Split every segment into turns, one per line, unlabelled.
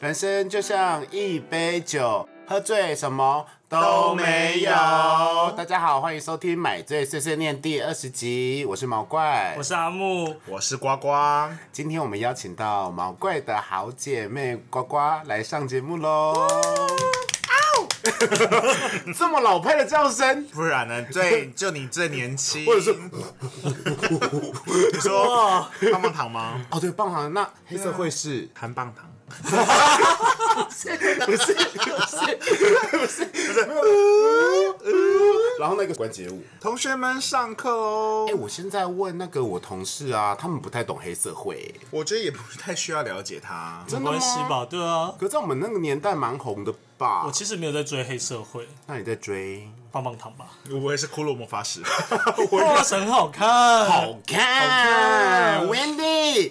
人生就像一杯酒，喝醉什么都
都
没
没
有
有。
大家好，欢迎收听《买醉碎碎念》第二十集，我是毛怪
我。是啊阿木，
我是呱呱，
今天我们邀请到毛怪的好姐妹呱呱来上节目喽。 这么老派的叫声，
不然呢？最就你最年 轻，
或者是
你说棒棒糖吗？
哦对，棒糖那黑社会是
含棒糖，
不是不是不是不是，然后那个关节舞。
同学们上课哦
哎、。我现在问那个我同事啊，他们不太懂黑社会、
我觉得也不太需要了解他，
真
没
的吗
关系吧？对啊，
可在我们那个年代蛮红的吧
我？其实没有在追黑社会，
那你在追？
棒棒糖吧，
我也是骷髅魔法师。
哇，很好看。
好看，Wendy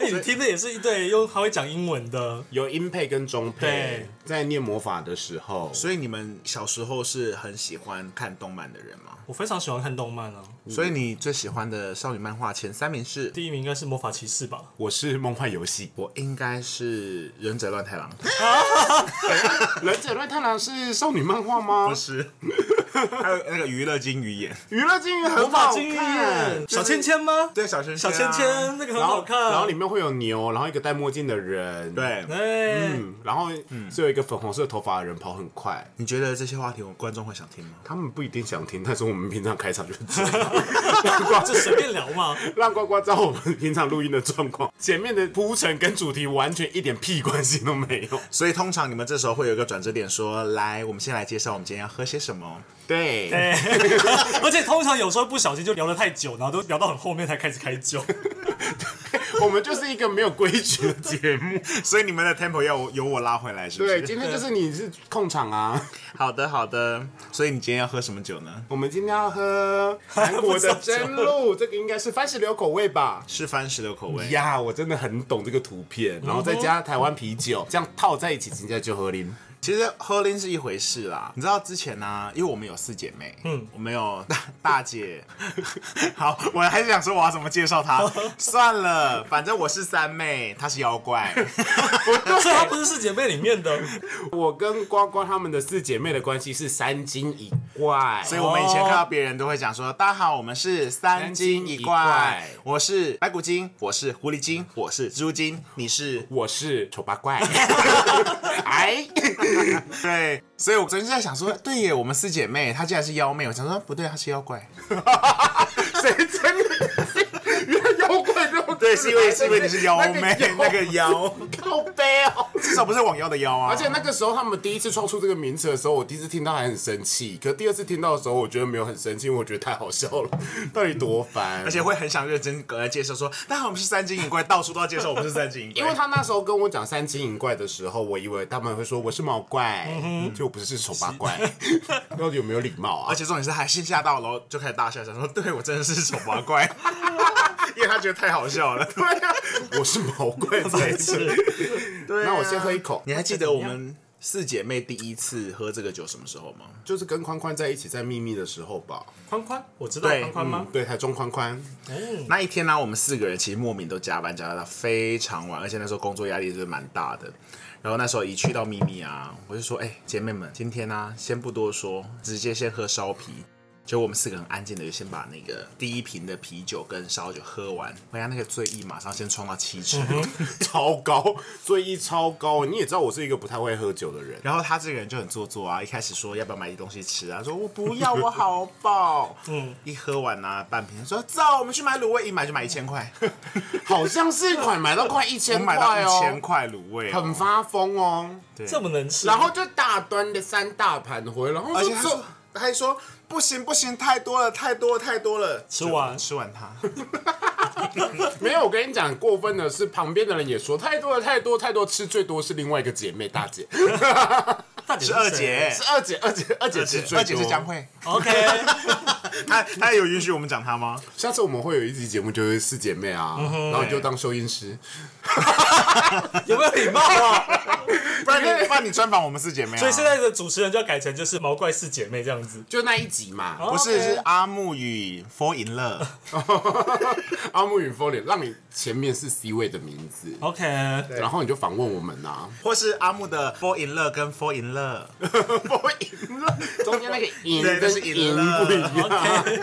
哎，你听的也是一对，用他会讲英文的，
有音配跟中配
对，
在念魔法的时 候，
所以你们小时候是很喜欢看动漫的人吗？
我非常喜欢看动漫啊。
所以你最喜欢的少女漫画前三名是？。
第一名应该是魔法骑士吧？
我是梦幻游戏
我应该是忍者乱太郎，
忍者乱太郎是少女漫画 吗
不？是？ 还有那个娱乐金鱼眼，
娱乐金鱼
魔
很
法
好
金鱼
看
眼，，小芊芊吗？
对小芊芊
小
啊
芊芊那个很
然
好
后
看。
然后里面会有牛，然后一个戴墨镜的人，，
对。
哎，
嗯，然后最后一个粉红色头发的人跑很快。
你觉得这些话题，我们观众会想听吗？
他们不一定想听，但是我们平常开场就是这样
就随便聊嘛。
让呱呱知道我们平常录音的状况。前面的铺陈跟主题完全一点屁关系都没有。
所以通常你们这时候会有一个转折点说来，我们先来介绍我们今天要喝些什么。
对，
哎， 而且通常有时候不小心就聊得太久，然后都聊到很后面才开始开酒。
我们就是一个没有规矩的节目。
所以你们的 tempo 要我由我拉回来，是不是？
对，今天就是你是控场 啊。
好的好的。所以你今天要喝什么酒呢？
我们今天要喝韩国的真露，这个应该是番石榴口味吧？嗯
是番石榴口味。
呀，我真的很懂这个图片，然后再加台湾啤酒，这样套在一起，直接就喝零。
其实喝拎是一回事啦，你知道之前呢、因为我们有四姐妹，嗯，我们有大大姐， 好，我还是想说我要怎么介绍 她，算了，反正我是三妹，她是妖 怪，
所以她不是四姐妹里面的，
我跟呱呱她们的四姐妹的关系是三金一怪，
所以我们以前看到别人都会讲说：“大家好，我们是三金一怪
三金一怪，
我是白骨精，我是狐狸精，我是蜘蛛精，你是
我是丑八怪。 哎。
对。”所以我昨天就在想说，对耶，我们四姐妹，她竟然是妖妹，我想说不对，她是妖怪。
谁真的？原来妖怪这种
对，是因为是因为你是妖妹， 那
那
个
个
妖，
靠背哦。
至少不是网妖的妖啊。
而且那个时候他们第一次创出这个名词的时候，我第一次听到还很生气，可第二次听到的时候，我觉得没有很生气，因为我觉得太好笑了， 到底多烦？
而且会很想认真跟她介绍说，大家好，我们是三金一怪，到处都要介绍我们是三金一 怪。
因为他那时候跟我讲三金银怪的时候，我以为他们会说我是毛怪，就不是丑八 怪，到底有没有礼貌啊
而？且重点是还先吓到，然后就开始大笑，想说对我真的是丑八 怪，因为他觉得太好笑了。 对啊，
我是毛怪才 是。
对、
那我先喝一口
你还记得我们四姐妹第一次喝这个酒什么时候吗？
就是跟宽宽在一起在秘密的时候吧，嗯
宽宽，我知道
对
宽宽吗？嗯
对，嗯台中宽宽，
那一天呢、我们四个人其实莫名都加班，加到非常晚，而且那时候工作压力是蛮大的。然后那时候一去到秘密啊，我就说：“哎、姐妹们，今天呢、啊先不多说，直接先喝烧啤。”就我们四个很安静的，就先把那个第一瓶的啤酒跟烧酒喝完，回家那个醉意马上先冲到七尺。
超高，醉意超高。你也知道我是一个不太会喝酒的人，
然后他这个人就很做作啊，一开始说要不要买点东西吃啊，说我不要，我好饱。嗯，一喝完啊，半瓶说走，我们去买卤味，一买就买一千块，
好像是款买到快一
我
千
买到
块
一千
哦，
块卤味、哦，
很发疯哦。
对
这么能吃，
然后就大端的三大盘回来，然后
而且他
说
说。他还说不行不行，太多了太多了太多了，
吃完
吃完它，
没有，我跟你讲，过分的是旁边的人也说太多了，太多太多，吃最多是另外一个姐妹大 姐，
大姐
是
是
二
谁
姐，
是二姐，二姐，二姐
哎二姐
吃最多。
二姐是江， 惠，
，OK。
她她有允许我们讲她吗？
下次我们会有一集节目就是四姐
嗯
妹啊，然后你就当收音师，
有没有礼貌啊？
不然你不然你专访我们四姐妹啊，
所以现在的主持人就要改成就是毛怪四姐妹这样子。
就那一集嘛。
不是
OK
是阿木与 Fall in Love，
阿木与 f o l i 让你前面是 C 位的名字，
OK，
然后你就访问我们 啊。
或是阿木的 Fall in Love 跟 Fall in Love，
中间那个赢
对
跟
那是
赢
赢
不一样
OK。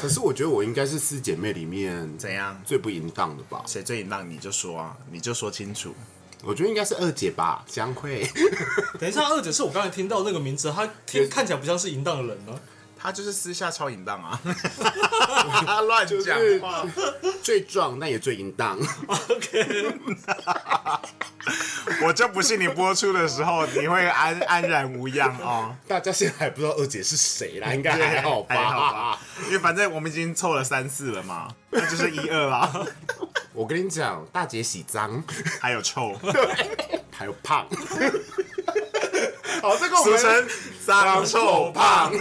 可是我觉得我应该是四姐妹里面
怎样？
最不淫荡的吧？
谁最淫荡你就说啊，你就说清楚。
我觉得应该是二姐吧，江 慧。
等一下，二姐是我刚才听到那个名字，她听看起来不像是淫荡的人呢、
他就是私下超淫荡啊， 乱讲话。
最壮但也最淫荡，
我就不信你播出的时候你会安安然无恙哦。
大家现在还不知道二姐是谁啦，应该还好吧？
还好吧，因为反正我们已经凑了三四了嘛，那就是一二啦，
我跟你讲，大姐洗脏，
还有臭，
还有 胖。好，这个我
俗
们
称脏臭胖。，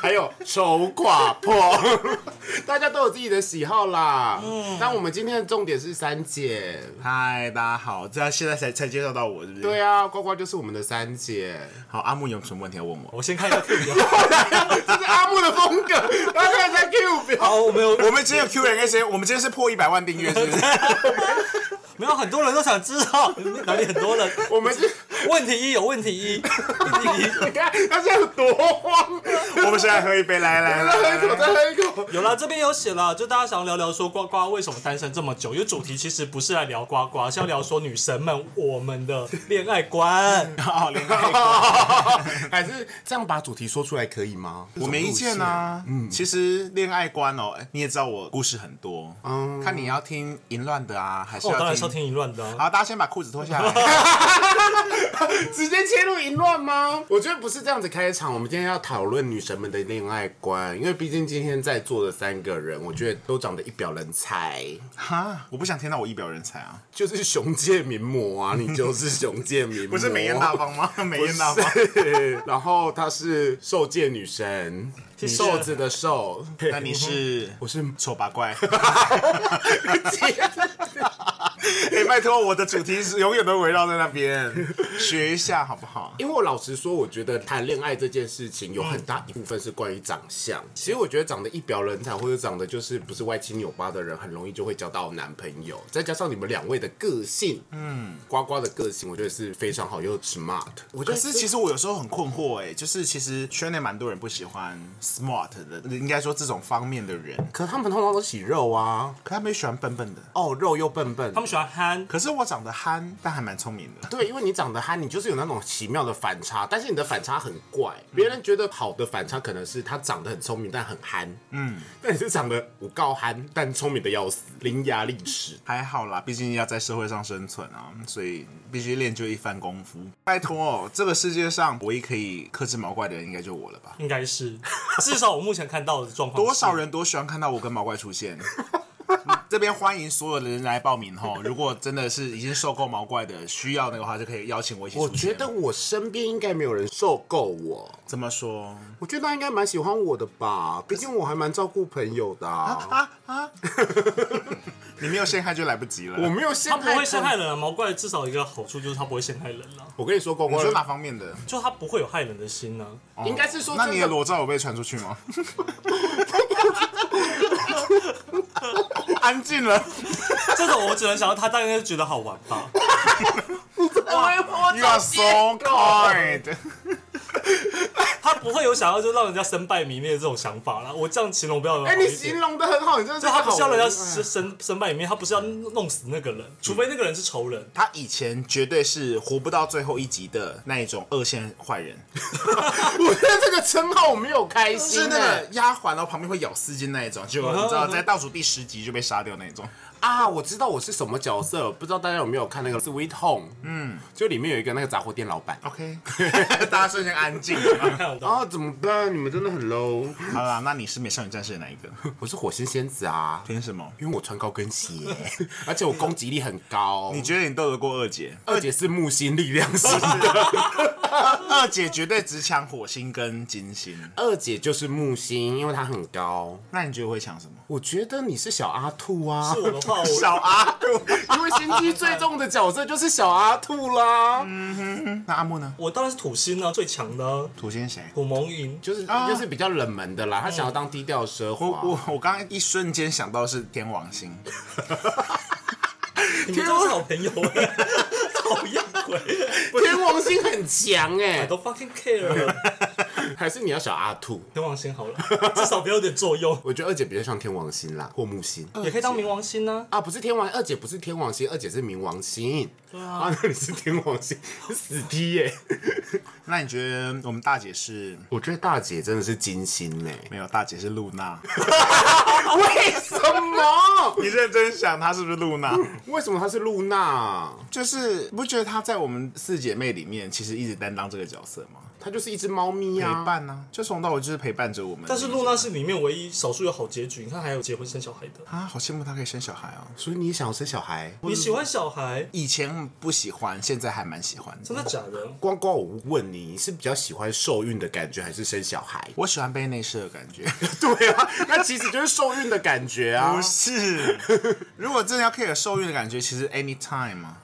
还有丑寡婆， 大家都有自己的喜好啦。
嗯
但我们今天的重点是三姐。
嗨，大家好，这样现在才才介绍到我，是不是？
对啊，呱呱就是我们的三姐，
好，阿木有什么问题要问我？
我先看一下 Q 比较
这是阿木的风格。他现在在 Q 表，
好，我们有
我们今天有 Q&A 时间，我们今天是破一百万订阅，是不 是？
没有很多人都想知道， 哪里很多人？
我们是，
问题一有问题一，问题
你看他现在有多慌，
我们先来喝一杯，来来
再喝一口，
来，
再喝一口。
一有啦，这边有写啦，就大家想要聊聊说呱呱为什么单身这么久，因为主题其实不是来聊呱呱，是要聊说女神们我们的恋爱 观。
好，连开
还是这样把主题说出来可以吗？
我没意见啊。嗯，其实恋爱观哦，你也知道我故事很多，嗯，看你要听淫乱的啊，还是
哦我当
要
然是要
听？
听淫乱的啊、
好，大家先把裤子脱下来。
直接切入淫乱吗？我觉得不是这样子开场。我们今天要讨论女神们的恋爱观，因为毕竟今天在座的三个人，我觉得都长得一表人才，
哈，我不想听到我一表人才啊！
就是雄界名模啊，你就是雄界 名模，
不是美艳大。方吗？美艳大方。
是， 然后她是兽界女神，
谢谢
瘦子的瘦，
那你是
我是
丑八 怪。哎，拜托，我的主题是永远都围绕在那边，学一下好不好？
因为我老实说，我觉得谈恋爱这件事情有很大一部分是关于长相。其实我觉得长得一表人才，或者长得就是不是歪七扭八的人，很容易就会交到男朋友。再加上你们两位的个性，嗯，呱呱的个性，我觉得是非常好又 smart。我觉
可
得
是
这
其实我有时候很困惑哎、就是其实圈内蛮多人不喜欢 smart 的，应该说这种方面的人，
可他们通常都喜肉啊，
可他们也喜欢笨笨的。
哦，肉又笨笨
他。们喜欢憨，
可是我长得憨，但还蛮聪明的。
对，因为你长得憨，你就是有那种奇妙的反差，但是你的反差很怪。别人觉得好的反差可能是他长得很聪明，但很憨。嗯，但你是长得不够憨，但聪明的要死，伶牙俐齿。
还好啦，毕竟要在社会上生存啊，所以必须练就一番功夫。拜托、哦，这个世界上唯一可以克制毛怪的人，应该就我了吧？
应该是，至少我目前看到的状况是。
多少人多喜欢看到我跟毛怪出现？ 这边欢迎所有的人来报名吼！如果真的是已经受够毛怪的，需要那个话，就可以邀请我一起出
我
现。
觉得我身边应该没有人受够我，
怎么说？
我觉得他应该蛮喜欢我的吧，毕竟我还蛮照顾朋友的、啊。
啊啊！ 你没有陷害就来不及了。
我没有陷
他
害，
不会陷害。人啊，毛怪至少有一个好处就是他不会陷害人啊，
我跟你说，狗
你
狗
说哪方面的？
就他不会有害人的心呢、啊。
应该是说
那你的
真的
裸照有被传出去吗？安静了
这种我只能想到他大概是觉得好玩吧。
啊
，You are so kind。
他不会有想要就让人家身败名裂的这种想法啦。我这样形容比较好一
哎、
点。
你形容的很好，你真的是
就他不是要人家
好嗯
身身身败名裂，他不是要弄死那个人，除非那个人是仇人。
他以前绝对是活不到最后一集的那一种二线坏人，
我对这个称号我没有开
是
心、欸，
那个丫鬟，然后旁边会咬丝巾那一种，就
嗯哼
你知道
嗯哼
在倒数第十集就被杀掉那一种。
啊，我知道我是什么角色，不知道大家有没有看那个《Sweet Home》？嗯，就里面有一个那个杂货店老板，
OK，大家瞬间安静。
看样的。
啊，怎么办？你们真的很 low。
好啦，那你是美少女战士的哪一个？
我是火星仙子啊，
凭什么？
因为我穿高跟鞋， 而且我攻击力很高。
你觉得你斗得过二姐？
二姐是木星力量型的，
二姐绝对只抢火星跟金星。
二姐就是木星，因为她很高。
那你觉得会抢什么？
我觉得你是小阿兔啊
是，我的话，我
小阿兔。
因为星际最重的角色就是小阿兔啦，
那阿木呢？
我当然是土星啊，最强的啊
土星谁？
土萌银。
就是就是比较冷门的啦。他想要当低调奢
我
华，
我我刚刚一瞬间想到是天王星，
啊
你们真的是好朋友哎、 讨厌鬼，
天王星很强 哎、
都 fucking care 了。
还是你要小阿兔？
天王星好了， 至少不要有点作用，
我觉得二姐比较像天王星啦，或木星。
也可以当冥王星呢、
啊，不是天王，二姐不是天王星，二姐是冥王星。对啊，那你是天王星，死踢耶、
那你觉得我们大姐是
我觉得大姐真的是金星呢、
没有？大姐是露娜。
啊为什么？
你认真想，她是不是露娜？
为什么她是露娜？
就是不觉得她在我们四姐妹里面，其实一直担当这个角色吗？
她就是一只猫咪
陪
啊。
伴呢、就从头到尾就是陪伴着我们。
但是露娜是里面唯一少数有好结局，你看还有结婚生小孩的。
啊，好羡慕她可以生小孩哦。
所以你也想要生小孩？
你喜欢小孩？
以前不喜欢，现在还蛮喜欢的。？
真的假的？
光光，我问你，你是比较喜欢受孕的感觉，还是生小孩
我喜欢被内射的感觉，
对啊，那其实就是受孕的感觉 啊
不。是？ 如果真的要 care 受孕的感觉，其实 anytime 啊，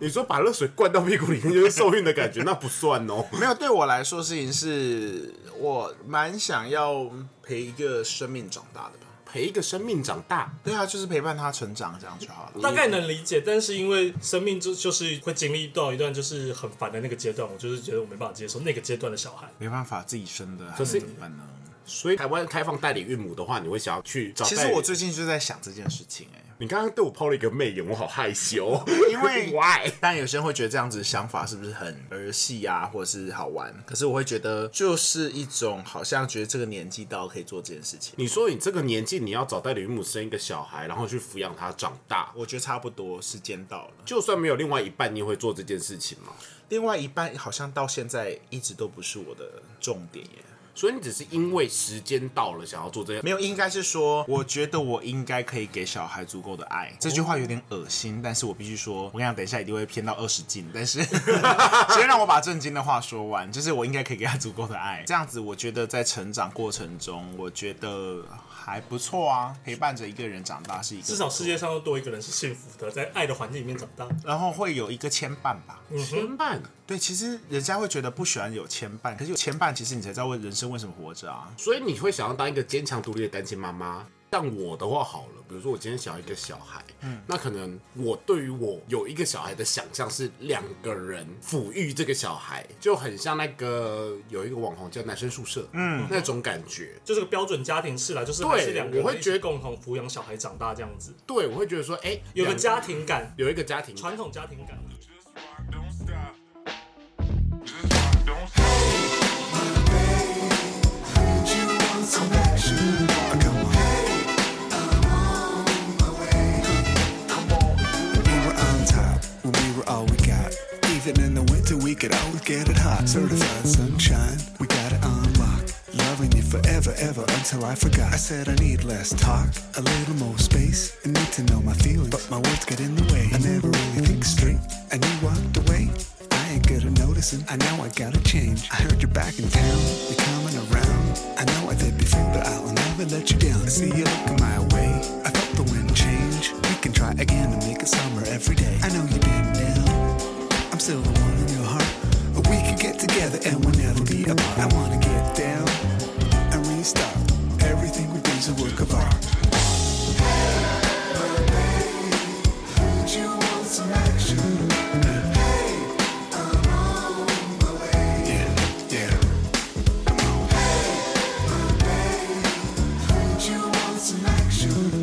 你说把热水灌到屁股里面就是受孕的感觉，那不算哦。
没有，对我来说，事情是我蛮想要陪一个生命长大的吧。
陪一个生命长大，
对啊，就是陪伴他成长，这样就好了。
大概能理解，但是因为生命就就是会经历到一段就是很烦的那个阶段，我就是觉得我没办法接受那个阶段的小孩。
没办法，自己生的，还
可是
能怎么办呢？
所以台湾开放代理孕母的话，你会想要去找代
其
理？
实我最近就在想这件事情、哎，
你刚刚对我抛了一个媚眼，我好害羞。
因为
why？
但有些人会觉得这样子想法是不是很儿戏啊，或者是好玩？可是我会觉得，就是一种好像觉得这个年纪到了可以做这件事情。
你说你这个年纪，你要找代理孕母生一个小孩，然后去抚养他长大，
我觉得差不多时间到了。
就算没有另外一半，你也会做这件事情吗？
另外一半好像到现在一直都不是我的重点耶。
所以你只是因为时间到了，想要做这件。
没有，应该是说，我觉得我应该可以给小孩足够的爱。这句话有点恶心，但是我必须说，我跟你讲，等一下一定会偏到二十斤，但 是先让我把正经的话说完，就是我应该可以给他足够的爱。这样子，我觉得在成长过程中，我觉得还不错啊，陪伴着一个人长大是一个，
至少世界上又多一个人是幸福的，在爱的环境里面长大。
然后会有一个牵绊吧。
牵绊，
对，其实人家会觉得不喜欢有牵绊，可是有牵绊，其实你才知道为人生为什么活着啊。
所以你会想要当一个坚强独立的单亲妈妈。但我的话好了，比如说我今天想要一个小孩，嗯，那可能我对于我有一个小孩的想象是两个人抚育这个小孩，就很像那个有一个网红叫男生宿舍，嗯，那种感觉。
就是个标准家庭式啦，就是还是
对
两个人
我会
一起
觉得
共同抚养小孩长大这样子，
对，我会觉得说，哎、
有个
两
家庭感，
有一个家庭感，
传统家庭感。
Just rock, don't stop. Just rock, don't stop.
We were on top when we were all we got. Even in the winter, we could always get it hot. Certified sunshine, we got it on lock. Loving you forever, ever until I forgot. I said I need less talk, a little more space. I need to know my feelings, but my words get in the way. I never really think straight, and you walked away. I ain't good at noticing. I know I gotta change. I heard you're back in town. You're coming around. I know I did before, but I'll never let you down. See you looking my way. I felt the wind change. We can try again and make it summer every day. I know you've been down. I'm still the one in your heart. We could get together and we'll never be apart. I wanna get down and restart. Everything we do's a work of art. you want some action? Yeah, yeah. you want some action?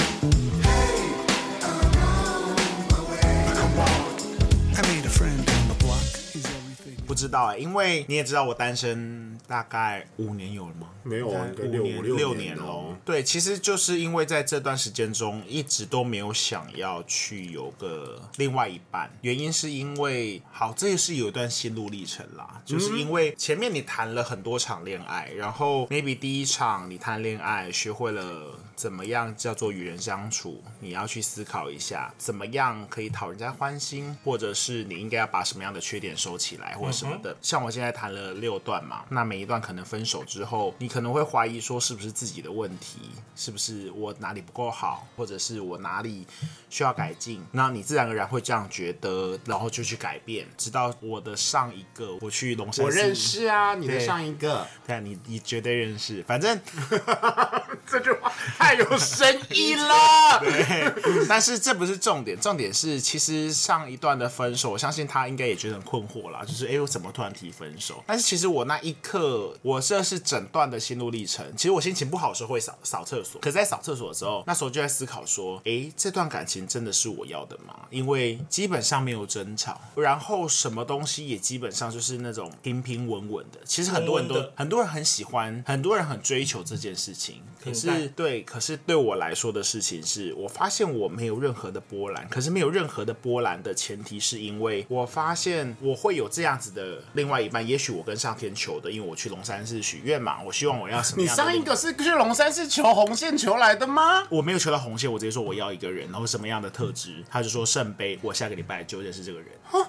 I made a friend on the block. He's everything.
欸不知道哎、因为你也知道我单身大概五年有了吗？
没有啊，应该六
五
五六
年
哦
咯。对，其实就是因为在这段时间中，一直都没有想要去有个另外一半，原因是因为，好，这也是有一段心路历程
嗯
啦，就是因为前面你谈了很多场恋爱，然后 maybe 第一场你谈恋爱学会了怎么样叫做与人相处，你要去思考一下，怎么样可以讨人家欢心，或者是你应该要把什么样的缺点收起来，或者什么的。
嗯
像我现在谈了六段嘛，那每一段可能分手之后，你可能会怀疑说是不是自己的问题，是不是我哪里不够好，或者是我哪里需要改进，那你自然而然会这样觉得，然后就去改变。直到我的上一个，我去龙山，
我认，识啊，你的
对
上一个，
但你你绝对认识，反正
这句话 太有 深意了。
但是这不是重点，重点是其实上一段的分手，我相信他应该也觉得很困惑啦，就是哎、诶我怎么突然提分手？但是其实我那一刻，我这是整段的心路历程。其实我心情不好的时候会扫扫厕所，可是在扫厕所的时候，那时候就在思考说，哎、这段感情真的是我要的吗？因为基本上没有争吵，然后什么东西也基本上就是那种平平稳稳的。其实很多人都
稳稳的
很多人很喜欢，很多人很追求这件事情，可
平
是
淡
对，可是对我来说的事情是，我发现我没有任何的波澜。可是没有任何的波澜的前提，是因为我发现我会有这样子的另外一半。也许我跟上天求的，因为我去龙山寺许愿嘛，我希望我要什么
你
样的
上
另
一
一
个是去龙山寺求红线求来的 吗？
我没有求到红线，我直接说我要一个人，然后什么样的特质，他就说圣杯，我下个礼拜就认识这个人。
哦，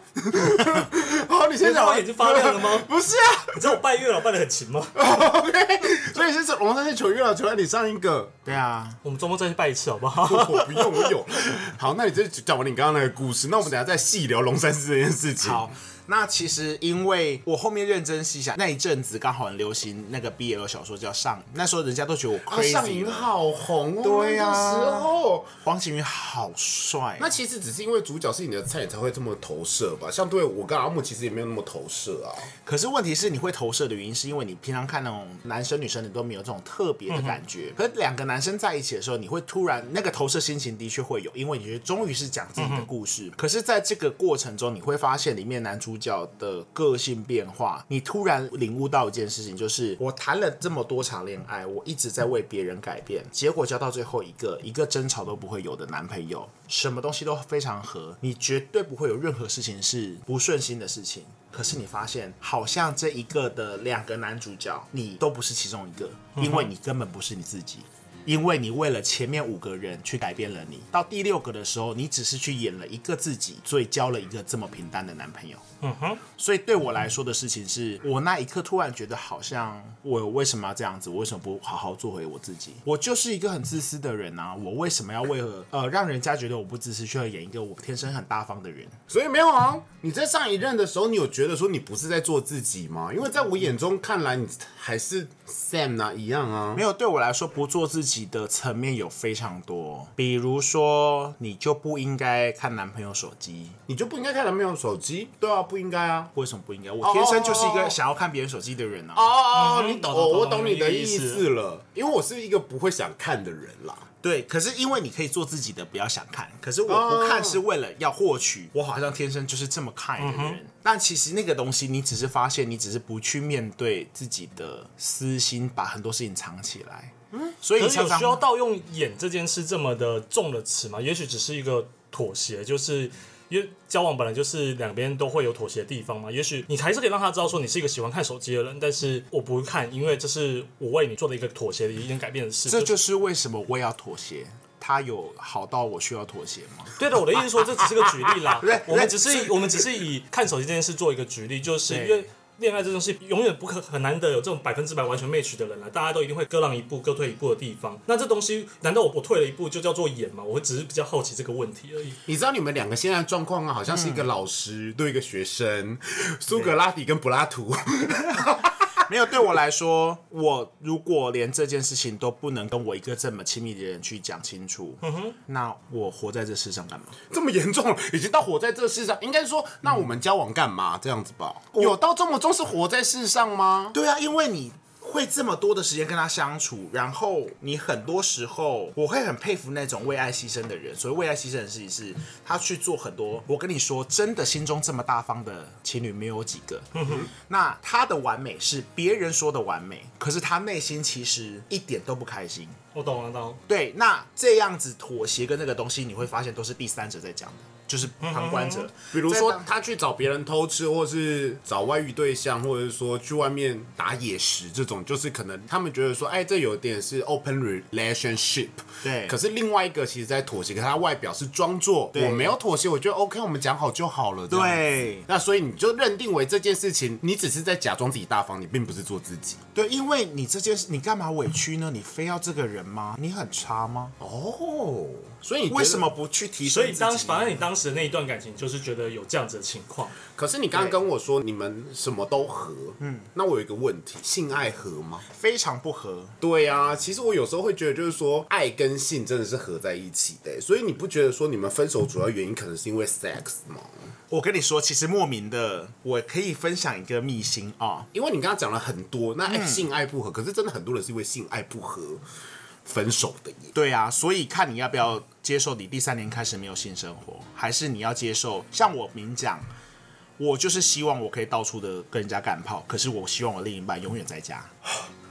你
你
先
知道
讲
我
完
眼睛发亮了吗？
不是啊
你知道我拜月老拜的很勤吗？
，OK，所以 是这龙山寺求啊月老求来你上一个，
对啊，
我们周末再去拜一次好不好？
我不用，我有。好，那你这讲完你刚刚那个故事，那我们等一下再细聊龙山寺这件事情。
好，那其实因为我后面认真细想，那一阵子刚好很流行那个 BL 小说叫上，那时候人家都觉得我
啊，上
crazy
瘾
了。
好红哦，
对啊呀
那时候。
黄景瑜好帅，哦
那其实只是因为主角是你的菜，你才会这么投射吧？像对我跟阿木其实也没有那么投射啊。
可是问题是，你会投射的原因是因为你平常看那种男生女生，你都没有这种特别的感觉。可是两个男生在一起的时候，你会突然那个投射心情的确会有，因为你觉得终于是讲自己的故事。可是在这个过程中，你会发现里面男主角的个性变化，你突然领悟到一件事情，就是我谈了这么多场恋爱，我一直在为别人改变，结果交到最后一个一个争吵都不会有的男朋友，什么东西都非常合，你绝对不会有任何事情是不顺心的事情。可是你发现，好像这一个的两个男主角，你都不是其中一个，因为你根本不是你自己。因为你为了前面五个人去改变了你，到第六个的时候，你只是去演了一个自己，所以交了一个这么平淡的男朋友。所以对我来说的事情是，我那一刻突然觉得，好像我为什么要这样子？我为什么不好好做回我自己？我就是一个很自私的人啊！我为什么要为了呃让人家觉得我不自私，却要演一个我天生很大方的人？
所以没有啊，你在上一任的时候，你有觉得说你不是在做自己吗？因为在我眼中看来，你还是 Sam 啊一样啊
没。有，对我来说，不做自己的层面有非常多，比如说，你就不应该看男朋友手机。
你就不应该看男朋友手机，对啊，不应该啊。
为什么不应该？我天生就是一个想要看别人手机的人啊！
哦，你
懂
我我懂
懂懂
你的
你的
意
意思
思了，因为我是一个不会想看的人啦。
对，可是因为你可以做自己的，不要想看。可是我不
哦
看是为了要获取，我好像天生就是这么看
嗯
的人。但其实那个东西，你只是发现，你只是不去面对自己的私心，把很多事情藏起来。嗯，所以
可
你
是有
常
需要
常
到用“演”这件事这么的重的词吗？也许只是一个妥协，就是因为交往本来就是两边都会有妥协的地方嘛。也许你还是可以让他知道说你是一个喜欢看手机的人，但是我不看，因为这是我为你做的一个妥协的一件改变的事。
这就是为什么我也要妥协。他有好到我需要妥协吗？
对的，我的意思说这只是个举例啦
对，
我
对
们只是以我们只是以看手机这件事做一个举例，就是
对
因为。恋爱这种事永远不可很难得有这种百分之百完全 match 的人了，大家都一定会各让一步，各退一步的地方。那这东西难道我我退了一步就叫做演吗？我只是比较好奇这个问题而已。
你知道你们两个现在的状况啊，好像是一个老师对一个学生，苏格拉底跟柏拉图。
没有，对我来说，我如果连这件事情都不能跟我一个这么亲密的人去讲清楚，
嗯
那我活在这世上干嘛？
这么严重了，已经到活在这世上，应该说，那我们交往干嘛？这样子吧，有到这么重视活在世上吗？
对啊，因为你会这么多的时间跟他相处，然后你很多时候我会很佩服那种为爱牺牲的人。所谓为爱牺牲的事情是，他去做很多。我跟你说，真的心中这么大方的情侣没有几个。那他的完美是别人说的完美，可是他内心其实一点都不开心。
我懂了，懂了。
对，那这样子妥协跟这个东西，你会发现都是第三者在讲的，就是旁观者。
嗯比如
在
说
当
他去找别人偷吃，或是找外遇对象，或者是说去外面打野食这种，就是可能他们觉得说，哎，这有点是 open relationship。
对
可是另外一个其实在妥协，可是他外表是装作
对
我没有妥协，我觉得 OK，我们讲好就好了。这样子
对
那所以你就认定为这件事情，你只是在假装自己大方，你并不是做自己。
对，因为你这件事，你干嘛委屈呢？你非要这个人吗？你很差吗？
哦，所以你觉得
为什么？不去提升
所以
自己
当
呢
反正你当时的那一段感情，就是觉得有这样子的情况，
可是你刚刚
对
跟我说你们什么都合，嗯，那我有一个问题，性爱合吗？
非常不合，
对啊，其实我有时候会觉得，就是说爱跟性真的是合在一起的，欸所以你不觉得说你们分手主要原因可能是因为 sex 吗？
我跟你说，其实莫名的，我可以分享一个秘辛啊、
因为你刚刚讲了很多，那、哎
嗯
性爱不合，可是真的很多人是因为性爱不合分手的耶。
对啊，所以看你要不要接受你第三年开始没有性生活，还是你要接受。像我明讲，我就是希望我可以到处的跟人家干炮，可是我希望我另一半永远在家。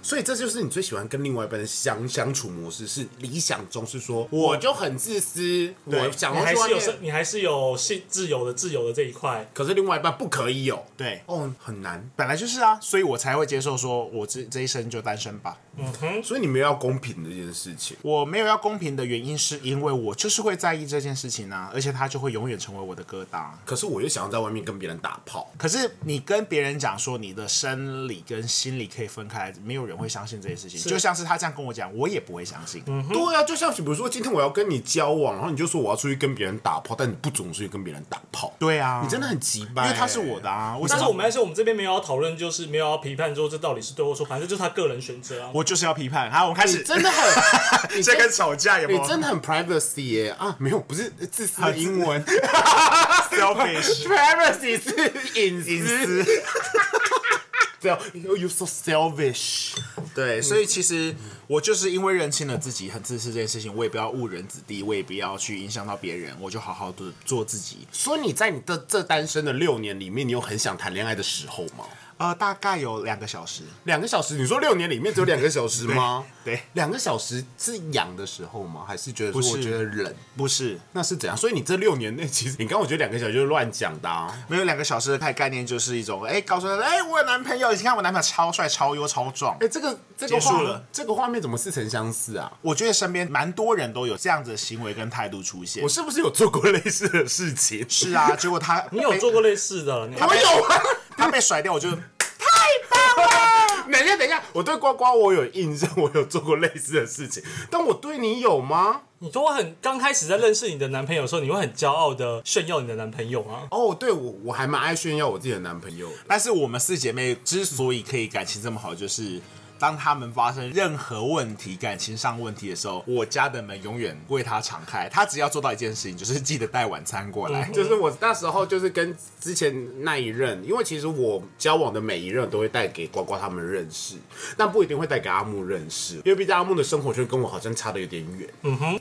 所以这就是你最喜欢跟另外一半的相相处模式，是理想中是说我就很自私，我想
你
要
还
去外
是有
面
是，，你还是有性自由的自由的这一块。
可是另外一半不可以有。
对，
哦，很难，
本来就是啊，所以我才会接受说，我这这一生就单身吧。
所以你们要公平这件事情。
我没有要公平的原因，是因为我就是会在意这件事情啊，而且它就会永远成为我的疙瘩。
可是我又想要在外面跟别人打炮，
可是你跟别人讲说你的生理跟心理可以分开，没有人会相信这件事情。就像是他这样跟我讲，我也不会相信。
对啊，就像比如说，今天我要跟你交往，然后你就说我要出去跟别人打炮，但你不准我出去跟别人打炮，
对啊，
你真的很急吧？欸
因为他是我的啊，为什
但
么
是我们但是我们这边没有要讨论，就是没有要批判说这到底是对或错，反正就是他个人选择啊。
我就是要批判。好，我们开
你
始，
真的很，你
这
真
跟吵架有没
你
有？
真的很 privacy 耶、啊，没有，不是自私的英 文
selfish，
，privacy 是隐
隐
私。
私。
You so selfish。
对，所以其实我就是因为认清了自己很自私这件事情，我也不要误人子弟，我也不要去影响到别人，我就好好的做自己。
所以你在你的这单身的六年里面，你有很想谈恋爱的时候吗？
呃，大概有两个小时，
两个小时？你说六年里面只有两个小时吗？
对对
两个小时是痒的时候吗？还是觉得
不
说
是
我觉得冷？
不是
那是怎样？所以你这六年内， 其实你刚刚我觉得两个小时就是乱讲的、啊，
没有两个小时的概概念，就是一种哎，告诉他哎，我有男朋友，你看我男朋友超帅、超优、超壮
哎、。这个这个
结束
画
了，
这个画面怎么似曾相识啊？
我觉得身边蛮多人都有这样子的行为跟态度出现
我。是不是有做过类似的事 情？
是啊，结果他
你有做过类似的？你
我有啊。
他被甩掉，我就
等一下，等一下，我对呱呱我有印象，我有做过类似的事情，但我对你有吗？
你都会很刚开始在认识你的男朋友的时候，你会很骄傲的炫耀你的男朋友啊。
哦，对我我还蛮爱炫耀我自己的男朋友的。
但是我们四姐妹之所以可以感情这么好，就是当她们发生任何问题、感情上问题的时候，我家的门永远为她敞开。她只要做到一件事情，就是记得带晚餐过来。
哎就是我那时候就是跟之前那一任，因为其实我交往的每一任都会带给呱呱他们认识，但不一定会带给阿木认识，因为毕竟阿木的生活圈跟我好像差的有点远。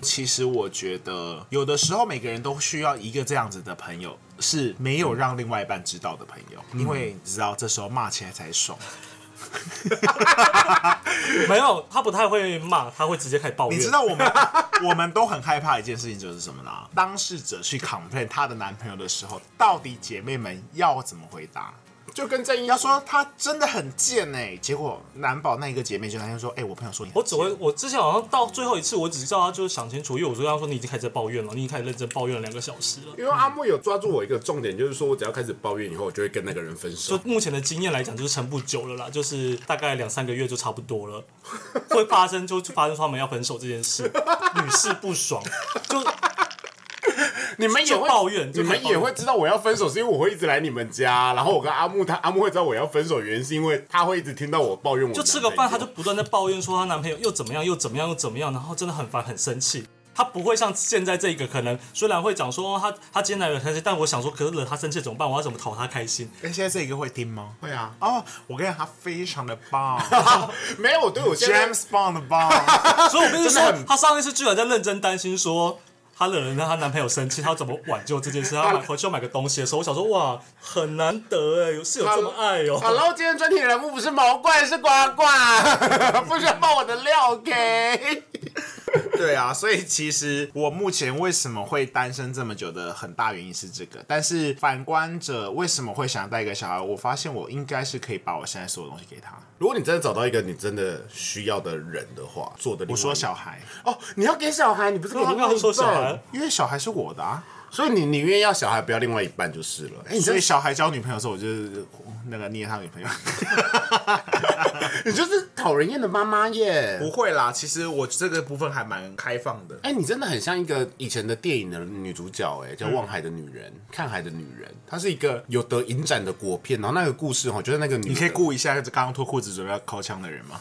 其实我觉得，有的时候每个人都需要一个这样子的朋友，是没有让另外一半知道的朋友，因为你知道这时候骂起来才爽。
没有，他不太会骂，他会直接开始抱
你
怨。
知道我们我们都很害怕一件事情就是什么呢？当事者去 complain 她的男朋友的时候，到底姐妹们要怎么回答？
就跟正义
要说她真的很贱哎、结果难保那一个姐妹就跟她说：“哎、我朋友说你很
我只会，我之前好像到最后一次，我只知道他就是想清楚，因为我就跟他说你已经开始在抱怨了，你已经开始认真抱怨了两个小时了。
因为阿木有抓住我一个重点，就是说我只要开始抱怨以后，我就会跟那个人分
就
手。
目前的经验来讲，就是撑不久了啦，就是大概两三个月就差不多了，会发生就就发生他们要分手这件事，屡试不爽，就
你们也
就
会
抱怨
你
就开
们
始抱
也
怨
会知道我要分手，是因为我会一直来你们家，然后我跟阿木他阿木会知道我要分手，原因是因为他会一直听到我抱怨我
就
男
吃个饭，
朋
她
友
就不断在抱怨说她男朋友又怎么样又怎么样又怎么样，然后真的很烦很生气。他不会像现在这个，可能虽然会讲说哦他他今天来惹他生气，但我想说，可是惹他生气怎么办？我要怎么讨他开心？
哎，现在这一个会听吗？
会啊，
哦，我跟你讲，他非常的棒
没有，对我现在
，James Bond 的棒。
所以我
啊
跟你说，她上一次居然在认真担心说。她惹人让她男朋友生气，她要怎么挽救这件 事？她买回去要买个东西的时候，我想说哇，很难得哎、有是有 这么爱哦、
好喽，今天专题人物不是毛怪，是呱呱， 不需要爆我的料，OK？
对啊，所以其实我目前为什么会单身这么久的很大原因是这个，但是反观者为什么会想要带一个小孩，我发现我应该是可以把我现在所有东西给他。
如果你真的找到一个你真的需要的人的话，做的
我说小孩，
哦，你要给小孩，你不是给
我刚刚说小孩，，
因为小孩是我的啊，
所以你宁愿要小孩，不要另外一半就是了。哎、你
所
这
以小孩交女朋友的时候，我就是那个捏他女朋友。
你 就是讨人厌的妈妈耶。
不会啦，其实我这个部分还蛮开放的。
哎、你真的很像一个以前的电影的女主角、哎，
嗯
叫《望海的女人》，看海的女人》，她是一个有得影展的国片，然后那个故事哈，就是那个女人，
你可以顾一下刚刚脱裤子准备要掏枪的人吗？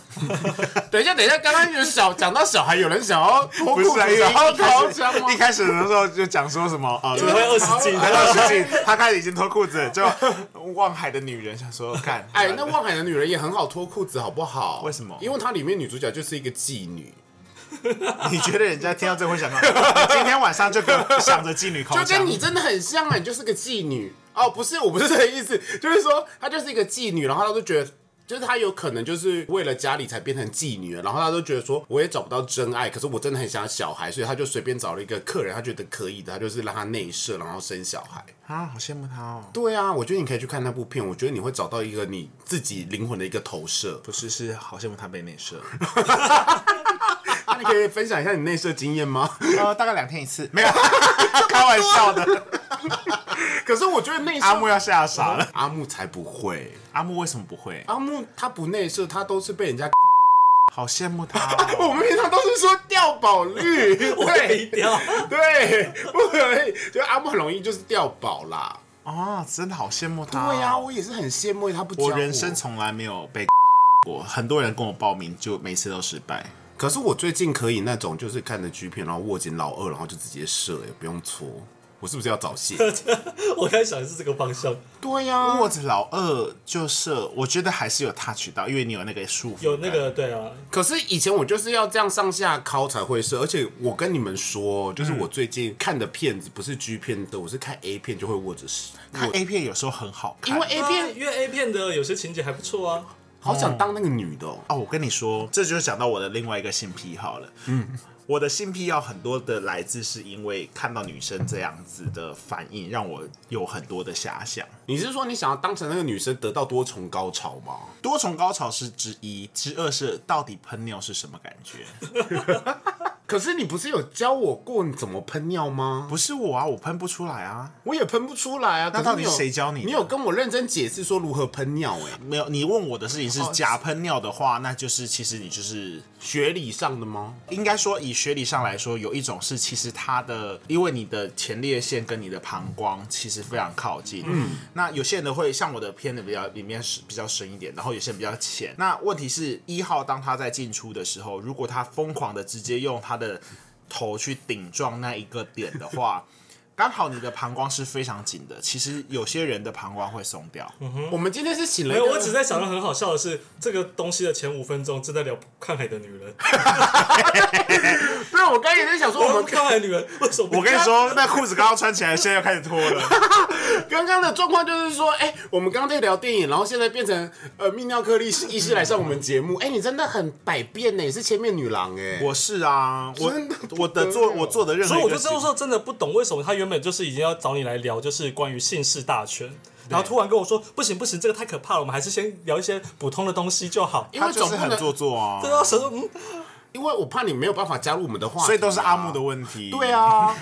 等一下，等一下，刚刚有小讲到小孩，有人想要脱裤
不是啊，因为
子，然后掏
一
枪吗
开始一？开始的时候就讲说什么啊，
怎么会二十斤？
来到十斤，他开始已经脱裤子了，就望海的女人想说干，
哎，那望海的女人也很好脱裤子，好不好？
为什么
因为它里面女主角就是一个妓女，
你觉得人家听到这会想到，你今天晚上就给我想着妓女口
就
腔，
跟你真的很像啊，你就是个妓女。哦，不是，我不是这个意思， 就是说她就是一个妓女，然后她都觉得。就是她有可能就是为了家里才变成妓女，然后她都觉得说我也找不到真爱，可是我真的很想要小孩，所以她就随便找了一个客人，她觉得可以的，她就是让她内射，然后生小孩。
啊，好羡慕他哦。
对啊，我觉得你可以去看那部片，我觉得你会找到一个你自己灵魂的一个投射。
不是，是好羡慕他被内射。
那你可以分享一下你内射经验吗？
呃，大概两天一次，没有，开玩笑的。
可是我觉得内射
阿木要吓傻了。
阿木才不会，
阿木为什么不会？
阿木他不内射，他都是被人家。
好羡慕他哦。
我们平常都是说掉宝率，
我
对
没掉。
对，不可以，就阿木很容易就是掉宝啦。
啊，真的好羡慕他。哦
对呀、我也是很羡慕他不教
我人生从来没有被 过，很多人跟我报名，就每次都失败。
可是我最近可以那种就是看着 G 片，然后握紧老二，然后就直接射、也不用搓。我是不是要早 泄？
我刚才想的是这个方向，
对呀、
或者老二就是，我觉得还是有 touch 到，因为你有那个束缚，
有那个对啊，
可是以前我就是要这样上下敲才会射，而且我跟你们说，就是我最近看的片子不是 G 片的，我是看 A 片就会握着哦射，
看 A 片有时候很好看，
因为 A 片
啊因为 A 片的有些情节还不错啊。
好想当那个女的、哦。
哦，我跟你说，这就是讲到我的另外一个性癖好了。嗯，我的性癖要很多的来自是因为看到女生这样子的反应，让我有很多的遐想。
你是说你想要当成那个女生得到多重高潮吗？
多重高潮是之一，之二是到底喷尿是什么感觉？
可是你不是有教我过你怎么喷尿吗？
不是我啊，我喷不出来啊。
我也喷不出来啊。
那
可是
到底
你有
谁教你的
你有跟我认真解释说如何喷尿、欸？哎，
没有，你问我的事情是假喷尿的话，那就是其实你就是
学理上的吗？
应该说，以学理上来说，有一种是其实它的，因为你的前列腺跟你的膀胱其实非常靠近。嗯，那有些人的会像我的片的比较里面是比较深一点，然后有些人比较浅。那问题是一号当他在进出的时候，如果他疯狂的直接用他的头去顶撞那一个点的话。刚好你的膀胱是非常紧的，其实有些人的膀胱会松掉，
我们今天是请了
没
一
有，
个，
我只在想到很好笑的是，这个东西的前五分钟正在聊看海的女人，
对，我刚才也在想说，
我
我
们
们
看海女人为什么？
我跟你，说，那裤子刚刚穿起来，现在又开始脱了。
刚刚的状况就是说，哎、我们刚刚在聊电影，然后现在变成呃泌尿科医师医师来上我们节目，哎、你真的很百变呢、你是千面女郎哎、
我是啊，我
真的不
我的
得
做
了
我做的任何
所以
一
我
个
就
事
这
情，
时候真的不懂为什么他原本就是已经要找你来聊，就是关于姓氏大全，然后突然跟我说不行不行，这个太可怕了，我们还是先聊一些普通的东西就好。
因
他
为
就
总
是
不
很
能，
做作啊，
对啊，想说嗯，
因为我怕你没有办法加入我们的话题啊、
所以都是阿木的问题。
对，啊，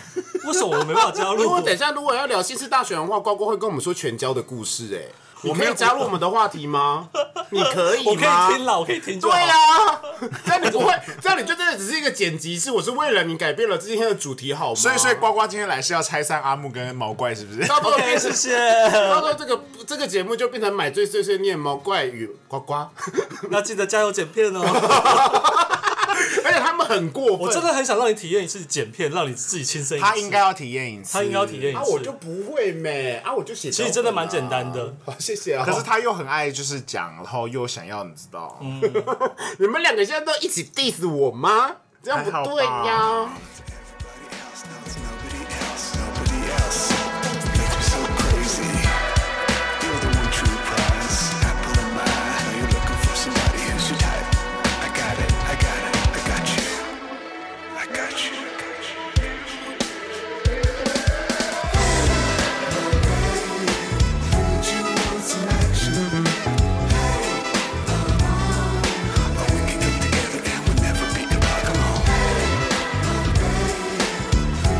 为什么我没办法加 入？
因 为等一下如果要聊新式大学的话，瓜瓜会跟我们说全交的故事、哎，我没有加入我们的话题 吗？你可以吗？
我可以听了，我可以听就
对
好。
啊，这样你不会，这样你就真的只是一个剪辑师，我是为了你改变了今天的主题，好吗？
所以所以呱呱今天来是要拆散阿木跟毛怪，是不是？
到时候变
OK，
成
谢谢。
到时候这个这个节目就变成买醉 碎碎念猫怪与呱呱，
那记得加油剪片哦。
而且他们很过分，
我真的很想让你体验一次剪片，让你自己亲身一次。
他应该要体验一次，
他应该要体验一
啊，
次。
我就不会咩啊，我就写、
其实真的蛮简单的。
好，谢谢啊。
可是他又很爱就是讲，然后又想要你知道，
嗯
你们两个现在都一起 diss 我吗？这样不对
还
呀、
好吧
Everybody else knows nobody else, nobody else. Makes me so crazy. You're the one true prize. Apple of my eye. Now you're looking for somebody who's your type. I got it, I got it, I got you. I got you. I got you. Heard you want some action. Hey, uh-huh. Oh, we can come together and we'll never be apart. Come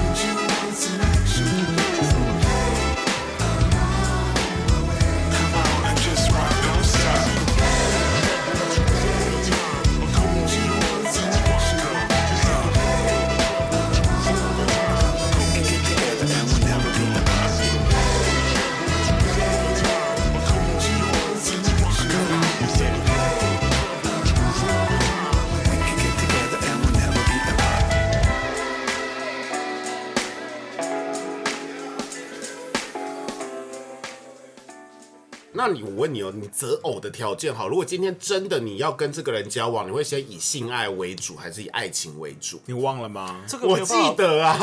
on. You want some action? Come on, I just want don't stop. You want some action? We can get together and we'll never be apart. You want some action? We can get together and we'll never be apart.
那你我问你哦，你择偶的条件好，如果今天真的你要跟这个人交往，你会先以性爱为主，还是以爱情为主？
你忘了吗？
这个没
我
有
记
办法
得 啊，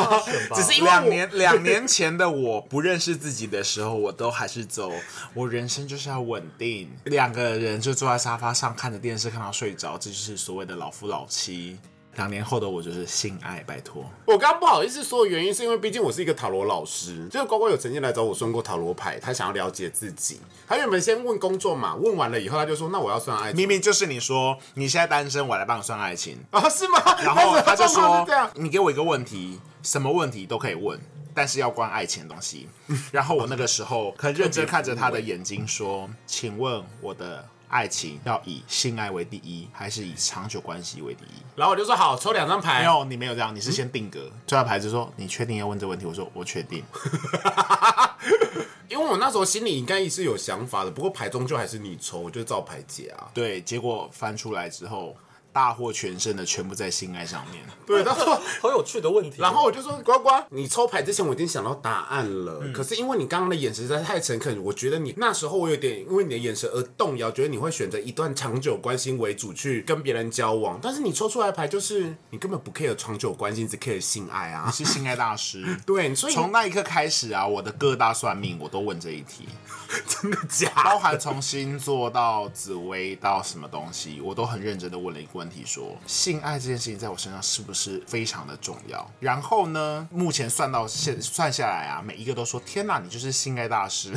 吧
只是因为我
两年两年前的我不认识自己的时候，我都还是走，我人生就是要稳定，两个人就坐在沙发上看着电视看到睡着，这就是所谓的老夫老妻。两年后的我就是性爱，拜托。
我刚刚不好意思说的原因，是因为毕竟我是一个塔罗老师，就是乖乖有曾经来找我算过塔罗牌，他想要了解自己。他原本先问工作嘛，问完了以后他就说：“那我要算爱情。”
明明就是你说你现在单身，我来帮你算爱情，
啊， 是吗？
然后他
他
就说
是这样：“，
你给我一个问题，什么问题都可以问，但是要关爱情的东 西。”然后我那个时候很认真看着他的眼睛说：“请问我的爱情要以性爱为第一，还是以长久关系为第一
然后我就说：“好，抽两张？”牌。
没有，你没有这样，你是先定格。最后牌子说：“你确定要问这问题？”我说：“我确定。
因为我那时候心里应该也是有想法的，不过牌终究还是你抽，我就照牌解 啊”。
对，结果翻出来之后，大获全胜的全部在性爱上 面。
对，然后
好有趣的问题。
然后我就说：“呱呱，你抽牌之前我已经想到答案了，可是因为你刚刚的眼神实在太诚恳，我觉得你那时候我有点因为你的眼神而动摇，觉得你会选择一段长久关系为主去跟别人交往，但是你抽出来的牌就是你根本不 care 长久关系，你只 care 性爱啊。”。
是性爱大师
对，所以
从那一刻开始啊，我的各大算命我都问这一题。
真的假
包含从星座到紫薇到什么东西，我都很认真的问了一个问题说，性爱这件事情在我身上是不是非常的重要？然后呢，目前算到现算下来啊，每一个都说天哪，你就是性爱大师。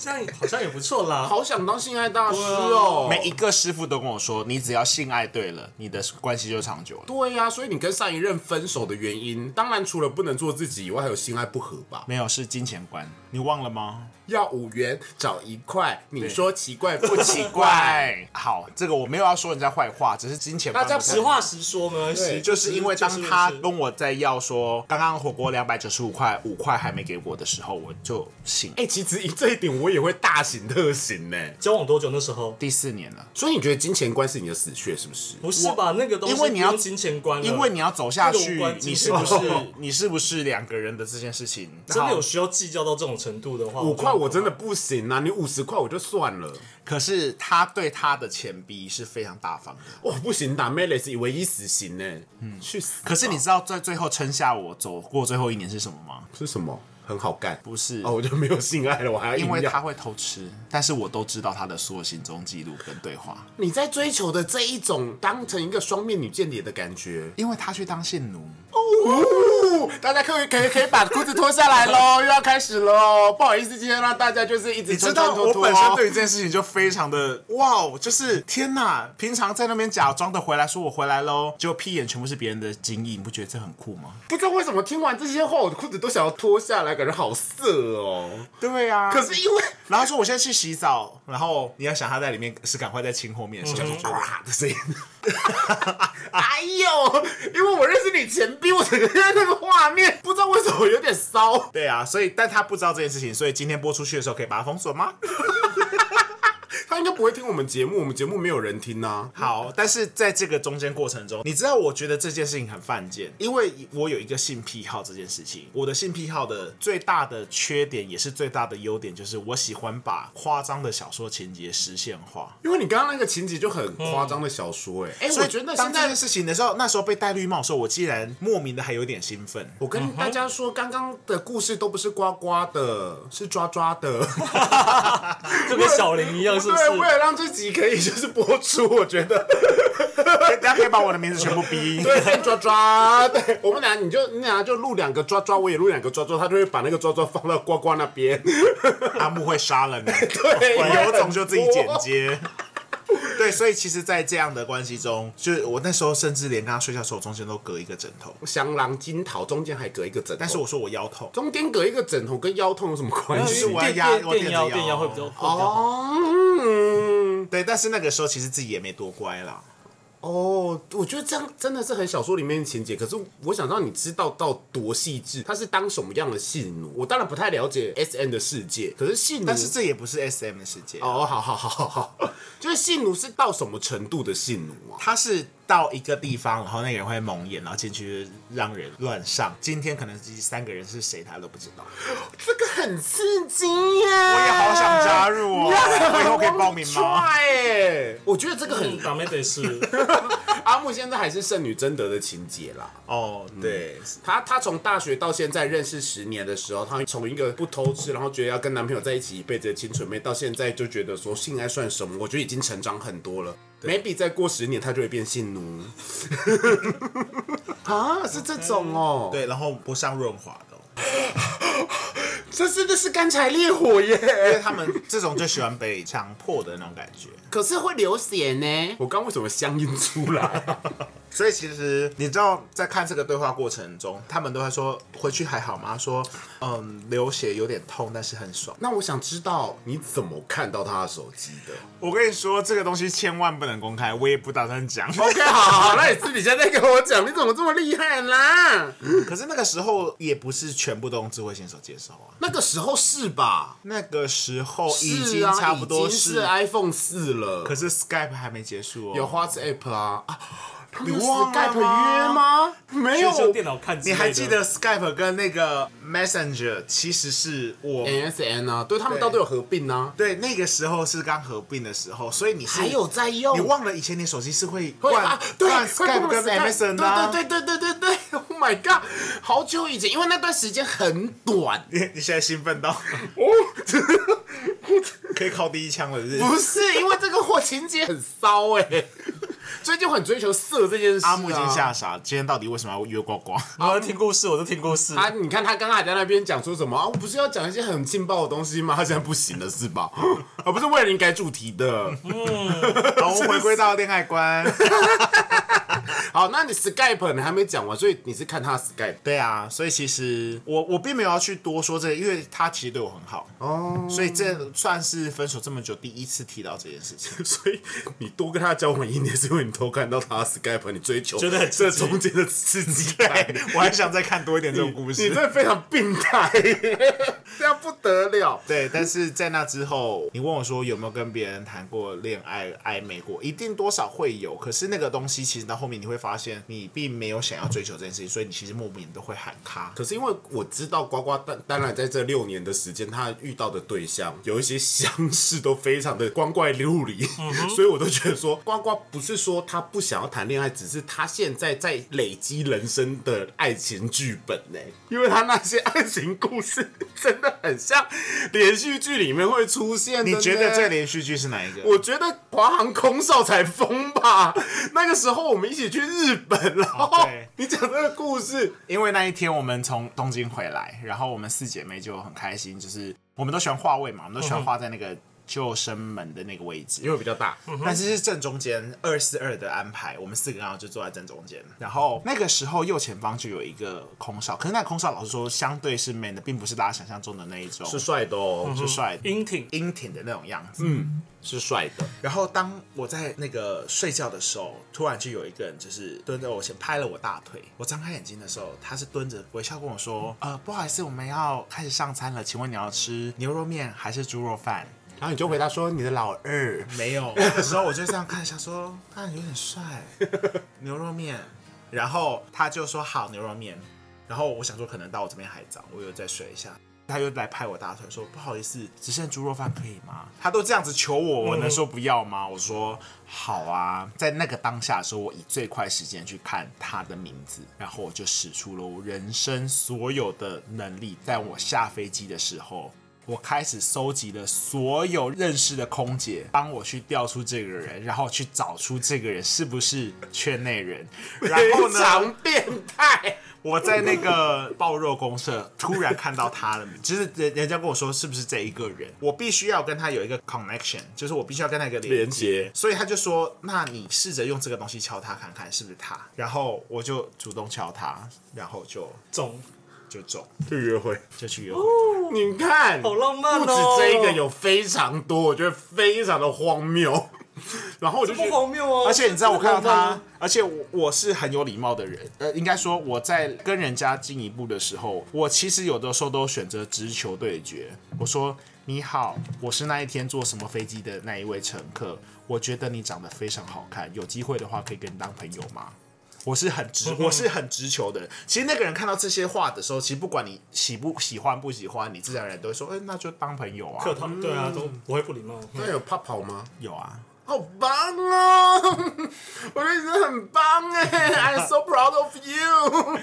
这样好像也不错啦。
好想当性爱大师哦！
每一个师傅都跟我说，你只要性爱对了，你的关系就长久了。
对呀、所以你跟上一任分手的原因，当然除了不能做自己以外，还有性爱不合吧？
没有是金钱观，你忘了吗？
要五元找一块，你说奇怪不
不
奇
奇
怪？
怪。好，这个我没有要说人家坏话，只是金钱观
大家
不太一样。
实话实说没关系，
对
就是因为当
就是
他
就是
跟我在要说刚刚火锅两百九十五块五块还没给我的时候，我就醒。哎、
哎、其实这一点我也会大型特型呢、
交往多久那时候？
第四年了，
所以你觉得金钱观是你的死穴是不是？
不是吧？那个东西
因为你要
不用金钱观了，
因为你要走下
这个无
去
关，紧
你是不是 你是不是两个人的这件事情
真的有
好
需要计较到这种程度的话，
五块
觉得
我真的不行啊！你五十块我就算了，
可是他对他的钱币是非常大方的。
哇不行，打 m e l i s 以唯一死刑呢、嗯，去死吧！
可是你知道在最后撑下我走过最后一年是什么吗？
是什么？很好干，
不是
哦，我就没有性爱了，我还要
因
硬
为
要
他会偷吃，但是我都知道他的所有行踪记录跟对话，
你在追求的这一种当成一个双面女间谍的感觉。
因为他去当性 奴。
哦，大家可以可以可以把裤子脱下来喽，又要开始喽。不好意思，今天让大家就是一直
你知
穿
道
穿脱
我
脱。啊
本身对于这件事情就非常的哇哦，就是天哪！平常在那边假装的回来说我回来喽，结果屁眼全部是别人的精液，你不觉得这很酷吗？
不知道为什么听完这些话，我的裤子都想要脱下来，感觉好色哦。
对啊，
可是因为
然后说我现在去洗澡，然后你要想他在里面是赶快在亲后面的时
嗯
候，就
啊
哇的声音，
哎呦，因为我认识你前逼，我整个现在那个画面，不知道为什么有点骚。
对啊，所以但他不知道这件事情，所以今天播出去的时候可以把它封锁吗？
他应该不会听我们节目，我们节目没有人听啊。
好，但是在这个中间过程中，你知道，我觉得这件事情很犯贱，因为我有一个性癖好这件事情。我的性癖好的最大的缺点，也是最大的优点，就是我喜欢把夸张的小说情节实现化。
因为你刚刚那个情节就很夸张的小说、欸，哎、哎，
所
我
以
觉得
当
现
这
在
件事情的时候，那时候被戴绿帽的时候，我竟然莫名的还有点兴奋。
我跟大家说，刚刚的故事都不是呱呱的，是抓抓 的。
就跟小林一样，是不是
对，？为了让这集可以就是播出，我觉 得
大家可以把我的名字全部逼音。
对，变抓抓。对，我们俩你就你俩就录两个抓抓，我也录两个抓抓，他就会把那个抓抓放到呱呱那 边。
阿木会杀了你，
对
我
因为
有种就自己剪
很多
接。对，所以其实，在这样的关系中，就是我那时候甚至连跟他睡觉的时候，中间都隔一个枕头。
香囊金桃中间还隔一个枕头，
但是我说我腰痛，
中间隔一个枕头跟腰痛有什么关
没有
系
因为？我要
电
压
电
我
电
电
压
子
电压
摇
会比较会比较好。
哦。嗯
对，但是那个时候其实自己也没多乖啦。
哦，我觉得这样真的是很小说里面的情节，可是我想让你知道到多细致，他是当什么样的戏奴。我当然不太了解 S N 的世界，可是戏奴，
但是这也不是 S M 的世界，
哦，好好好好好，就是戏奴是到什么程度的戏奴啊？
他是到一个地方，然后那个人会蒙眼，然后进去让人乱上。今天可能这三个人是谁，他都不知道。
这个很刺激耶！
我
我
也好想加入哦，我以后可以报名吗？
哎，我觉得这个
嗯，
很
打妹得 是，
阿木现在还是剩女贞德的情节啦。
哦，对，
她她从大学到现在认识十年的时候，她从一个不偷吃，然后觉得要跟男朋友在一起一辈子的清纯妹，到现在就觉得说性爱算什么？我觉得已经成长很多了。maybe 再过十年，她就会变性奴。 啊，是这种哦、，
对，然后不上润滑的哦、
这真的是干柴烈火耶！
因为他们这种就喜欢被强迫的那种感觉。
可是会流血呢。我刚为什么乡音出来？
所以其实你知道，在看这个对话过程中，他们都会说回去还好吗？说嗯，流血有点痛，但是很爽。
那我想知道你怎么看到他的手机的？
我跟你说，这个东西千万不能公开，我也不打算讲。
OK，好好好，那你私底下再跟我讲，你怎么这么厉害啦？
可是那个时候也不是全部都用智慧型手机的时候啊，
那个时候是吧？
那个时候已
是
经
啊，
差不多
已经
是，
是 iPhone 四了，
可是 Skype 还没结束哦。
有 WhatsApp 啊啊，他们
你
有
忘了
Skype
吗
约吗？没有
就是用电脑看之
你
类的。
还记得 Skype 跟那个 Messenger 其实是我
MSN 啊，对他们
对
到底有合并啊？
对，那个时候是刚合并的时候，所以你是
还有在用
你忘了以前你手机是会
会
灌
啊，对，
灌
会
Skype
碰
跟
Skype，
MSN 的啊？
对对对对对对对，Oh my god，好久以前，因为那段时间很短，
你你现在兴奋到 可以靠第一枪了，是不是？
哦不是啊因为这个货情节很骚哎、所以就很追求色这件事、啊。
阿木已经吓傻，今天到底为什么要约呱呱？
我在听故事，我在听故事。
他，你看他刚刚还在那边讲说什么啊？我不是要讲一些很劲爆的东西吗？他现在不行了是吧？而、不是为了你改主题的。
好，我们 回归到恋爱观。
好，那你 Skype 你还没讲完，所以你是看他 Skype
对啊，所以其实我我并没有要去多说这个，因为他其实对我很好哦，所以这算是分手这么久第一次提到这件事情。
所以你多跟他交往一年，是因为你偷看到他 Skype，你追求
觉得很刺
这
激
中间的刺激感。
我还想再看多一点这种故事。
你真的非常病态， 这样不得了。
对，但是在那之后，你问我说有没有跟别人谈过恋爱、暧昧过，一定多少会有。可是那个东西，其实到后面你会发现，你并没有想要追求这件事情，所以你其实莫名都会喊卡。
可是因为我知道呱呱当当然在这六年的时间，他遇到的对象有一些相似都非常的光怪陆离，
嗯
所以我都觉得说呱呱不是说他不想要谈恋爱，只是他现在在累积人生的爱情剧本呢、因为他那些爱情故事真的很像连续剧里面会出现的。
你觉得这？连续剧是哪一个？
我觉得华航空少才疯吧！那个时候我们一起去日本，然后
哦对
你讲这个故事，
因为那一天我们从东京回来，然后我们四姐妹就很开心，就是我们都喜欢画位嘛，我们都喜欢画在那个救生门的那个位置，
嗯
嗯
因为比较大，嗯
但是是正中间二四二的安排，我们四个刚好就坐在正中间。然后那个时候右前方就有一个空少，可是那个空少老实说相对是 man 的，并不是大家想象中的那一种，嗯
是帅的哦，
是帅的
英挺
英挺的那种样子。
是帅的。
然后当我在那个睡觉的时候，突然就有一个人就是蹲在我前拍了我大腿。我张开眼睛的时候，他是蹲着微笑跟我说：“呃，不好意思，我们要开始上餐了，请问你要吃牛肉面还是猪肉饭？”
然后你就回答说你的老二，
没有，那时候我就这样看，想说他有点帅，牛肉面，然后他就说好牛肉面，然后我想说可能到我这边还早，我又再睡一下，他又来拍我大腿说不好意思，只剩猪肉饭可以吗？他都这样子求我，我能说不要吗？我说好啊，在那个当下的时候，我以最快时间去看他的名字，然后我就使出了我人生所有的能力，在我下飞机的时候。我开始搜集了所有认识的空姐，帮我去调出这个人，然后去找出这个人是不是圈内人。然后呢，
常变态。
我在那个爆肉公社突然看到他了，就是人人家跟我说是不是这一个人，我必须要跟他有一个 connection，就是我必须要跟他有一个连
连
接。
接
所以他就说，那你试着用这个东西敲他看看是不是他。然后我就主动敲他，然后就
中
就中，
去约会，
就去约会。
你看，
好浪漫
不
哦
止这一个，有非常多，我觉得非常的荒谬。 然后我就觉
不
得
荒谬哦。
而且你知道我看到
这个浪漫
他
啊，，
而且我我是很有礼貌的人，呃，应该说我在跟人家进一步的时候，我其实有的时候都选择直球对决。我说你好，我是那一天坐什么飞机的那一位乘客，我觉得你长得非常好看，有机会的话可以跟你当朋友吗？我是很
嗯
直，我是很直球的人。其实那个人看到这些话的时候，其实不管你喜不喜欢不喜欢，你自然而然都会说，哎、那就当朋友啊
客，套对啊，都不会不礼貌。
那哎有泡泡吗？
有啊。
好棒哦！我觉得你真的很棒 哎，I'm so proud of you。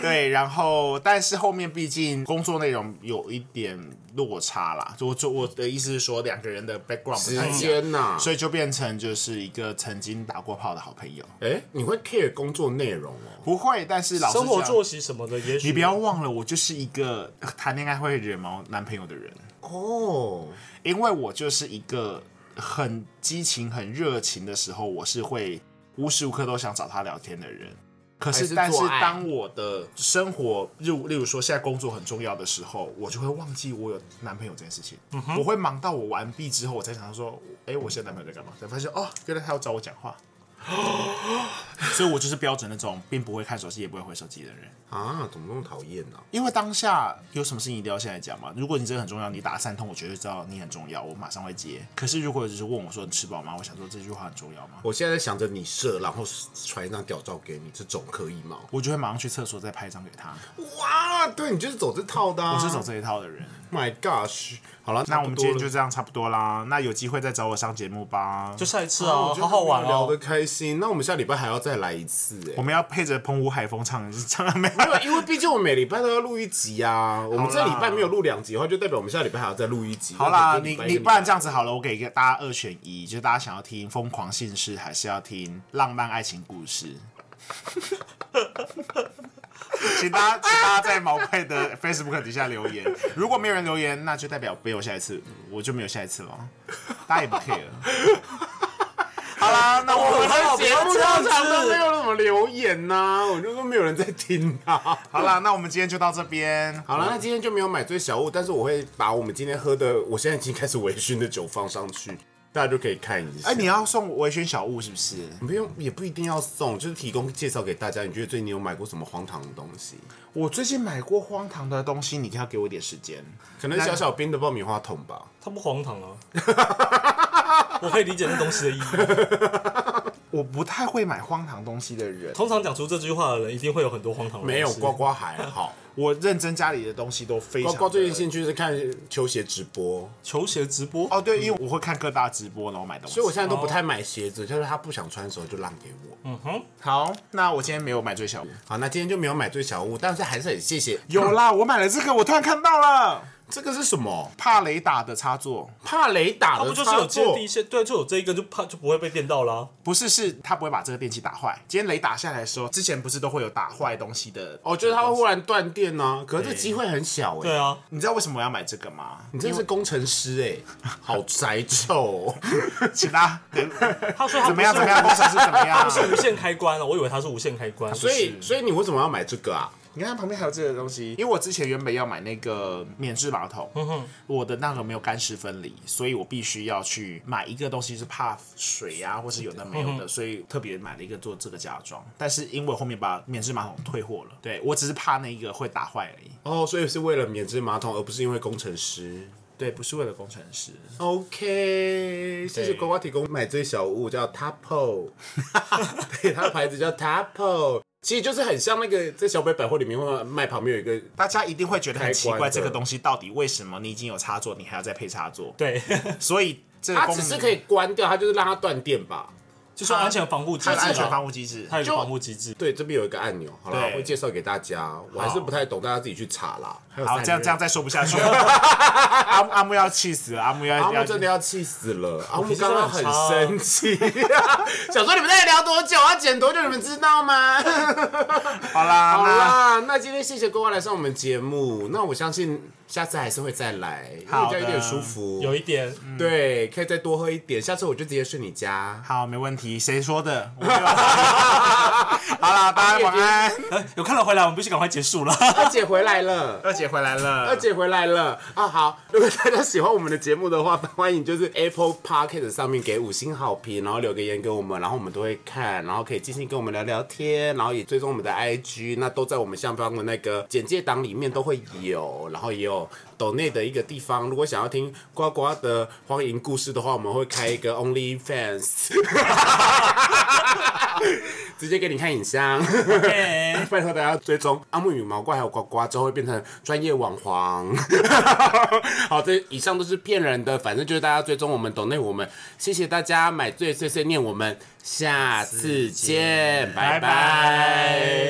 对，然后但是后面毕竟工作内容有一点落差啦，就我就我的意思是说两个人的 background 不太
时
一样，
间呐、
所以就变成就是一个曾经打过炮的好朋友。
哎、你会 care 工作内容哦？
不会，但是老师
生活作息什么的，也许
你不要忘了，我就是一个呃谈恋爱会惹毛男朋友的人，
哦，
因为我就是一个很激情、很热情的时候，我是会无时无刻都想找他聊天的人。可
还
是，
是
但是
做爱
当我的生活，例如例如说现在工作很重要的时候，我就会忘记我有男朋友这件事情。
嗯
我会忙到我完毕之后，我才想到说，哎、我现在男朋友在干嘛？才发现哦，原来他要找我讲话。
哦
所以我就是标准那种并不会看手机，也不会回手机的人。
啊，怎么那么讨厌呢？
因为当下有什么事情一定要现在讲嘛。如果你真的很重要，你打三通，我绝对知道你很重要，我马上会接。可是如果只是问我说你吃饱吗？我想说这句话很重要吗？
我现在在想着你射，然后传一张屌照给你，这种可以吗？
我就会马上去厕所再拍一张给他。
哇，对你就是走这套的、啊，Oh
我是走这一套的人。
My gosh，好了，
那我们今天就
差
这样差不多啦。那有机会再找我上节目吧。
就下一次
不多了
啊，好好玩
聊
哦
得。开心。那我们下礼拜还要再来一次哎、
我们要配着澎湖海风唱，唱到没有？
对，因为毕竟我们每礼拜都要录一集啊，我们这礼拜没有录两集的话，就代表我们下礼拜还要再录一集。
好啦，
那
你
就一个礼拜一个礼
你
拜
不然这样子好了，我给一个大家二选一，就是大家想要听《疯狂姓氏》，还是要听《浪漫爱情故事》？ 请大家，请大家在毛怪的 Facebook 底下留言。如果没有人留言，那就代表没有下一次，我就没有下一次了。大家也不 care。好啦，那我们
好
的
不
节
要
目
这样
常常
子
没有什么留言呐、我就说没有人在听啊。
好啦，那我们今天就到这边。
好了，那今天就没有买醉小物，但是我会把我们今天喝的，我现在已经开始微醺的酒放上去，大家就可以看一下。
哎、你要送微醺小物是不是？
不用，也不一定要送，就是提供介绍给大家。你觉得最近你有买过什么荒唐的东西？
我最近买过荒唐的东西，你要给我一点时间。
可能小小冰的爆米花桶吧。
他不荒唐啊，啊 我可以理解那东西的意义。
我不太会买荒唐东西的人，
通常讲出这句话的人，一定会有很多荒唐的东西。
没有呱呱还 好，
我认真家里的东西都非常
呱
的。
呱最近兴趣是看球鞋直播，
球鞋直播
哦，对，因为我会看各大直播，然后买东西。
所以我现在都不太买鞋子，就是他不想穿的时候就让给我。
好，那我今天没有买最小物。
好，那今天就没有买最小物，但是还是很谢谢。
有啦，我买了这个，我突然看到了
这个是什么？
帕雷达的插座，
怕雷打
它
的
不就是
插
有接
座
地线？对，就有这一根，就怕就不会被电到啦。
不是，是它不会把这个电器打坏。今天雷打下来的时候，之前不是都会有打坏东西的
哦，就是它会忽然断电呢、可是这机会很小哎、
对啊，
你知道为什么我要买这个吗？
你真是工程师哎、好宅臭、 哦。
请大家
他说他
怎么样怎么样，工程师怎么样？
无线开关啊，我以为它是无线开关。
所以，所以你为什么要买这个啊？
你看它旁边还有这个东西，因为我之前原本要买那个免治马桶，
嗯
我的那个没有干湿分离，所以我必须要去买一个东西是怕水啊，或是有的没
嗯
有的，所以特别买了一个做这个嫁妆。但是因为我后面把免治马桶退货了，对我只是怕那一个会打坏而已。
哦，所以是为了免治马桶，而不是因为工程师。
对，不是为了工程师。
OK，谢谢
对
呱呱提供买醉小物，叫 Tapo，对，它的牌子叫 Tapo，其实就是很像那个在小北百货里面会卖，旁边有一个
大家一定会觉得很奇
开
怪，
关的
这个东西到底为什么你已经有插座，你还要再配插座？
对，
所以这个
它
功
只
能
是可以关掉，它就是让它断电吧。
就是安全防护机制
它有
啦，
安全防护机制，
它有一个
就
防护机制。
对，这边有一个按钮，好啦，
对
我会介绍给大家。我还是不太懂，大家自己去查啦。还有
好，
散
这样
热
这样，再说不下 去了。阿木阿木要气哎死了，阿木要
阿木
要
真的要气死了，阿木
脾气真
刚
的
刚很
很差啊
生气， 想说你们在聊多久，要剪多久，你们知道吗？
好啦，
好
那
啦，那今天谢谢各位来上我们节目，那我相信下次还是会再来，因为
好
我家有点
的
舒服，
有一点，
对，可以再多喝一点，下次我就直接睡 你家。
好，没问题。谁说的？我没有 好啦， 大家晚安。
呃有看到回来，我们必须赶快结束了。
二姐回来了。
二姐回来 了，
二姐回来了啊！好，如果大家喜欢我们的节目的话，欢迎就是 Apple Podcast 上面给五星好评，然后留个言给我们，然后我们都会看，然后可以进行跟我们聊聊天，然后也追踪我们的 IG，那都在我们下方的那个简介档里面都会有，然后也有抖内的一个地方。如果想要听呱呱的荒淫故事的话，我们会开一个 Only Fans，直接给你看影像。
OK
拜托大家追踪阿木羽毛怪还有呱呱之后会变成专业网黄。好，这以上都是骗人的，反正就是大家追踪我们，懂内我们，谢谢大家买醉碎碎念，我们下次见，拜
拜
拜。
拜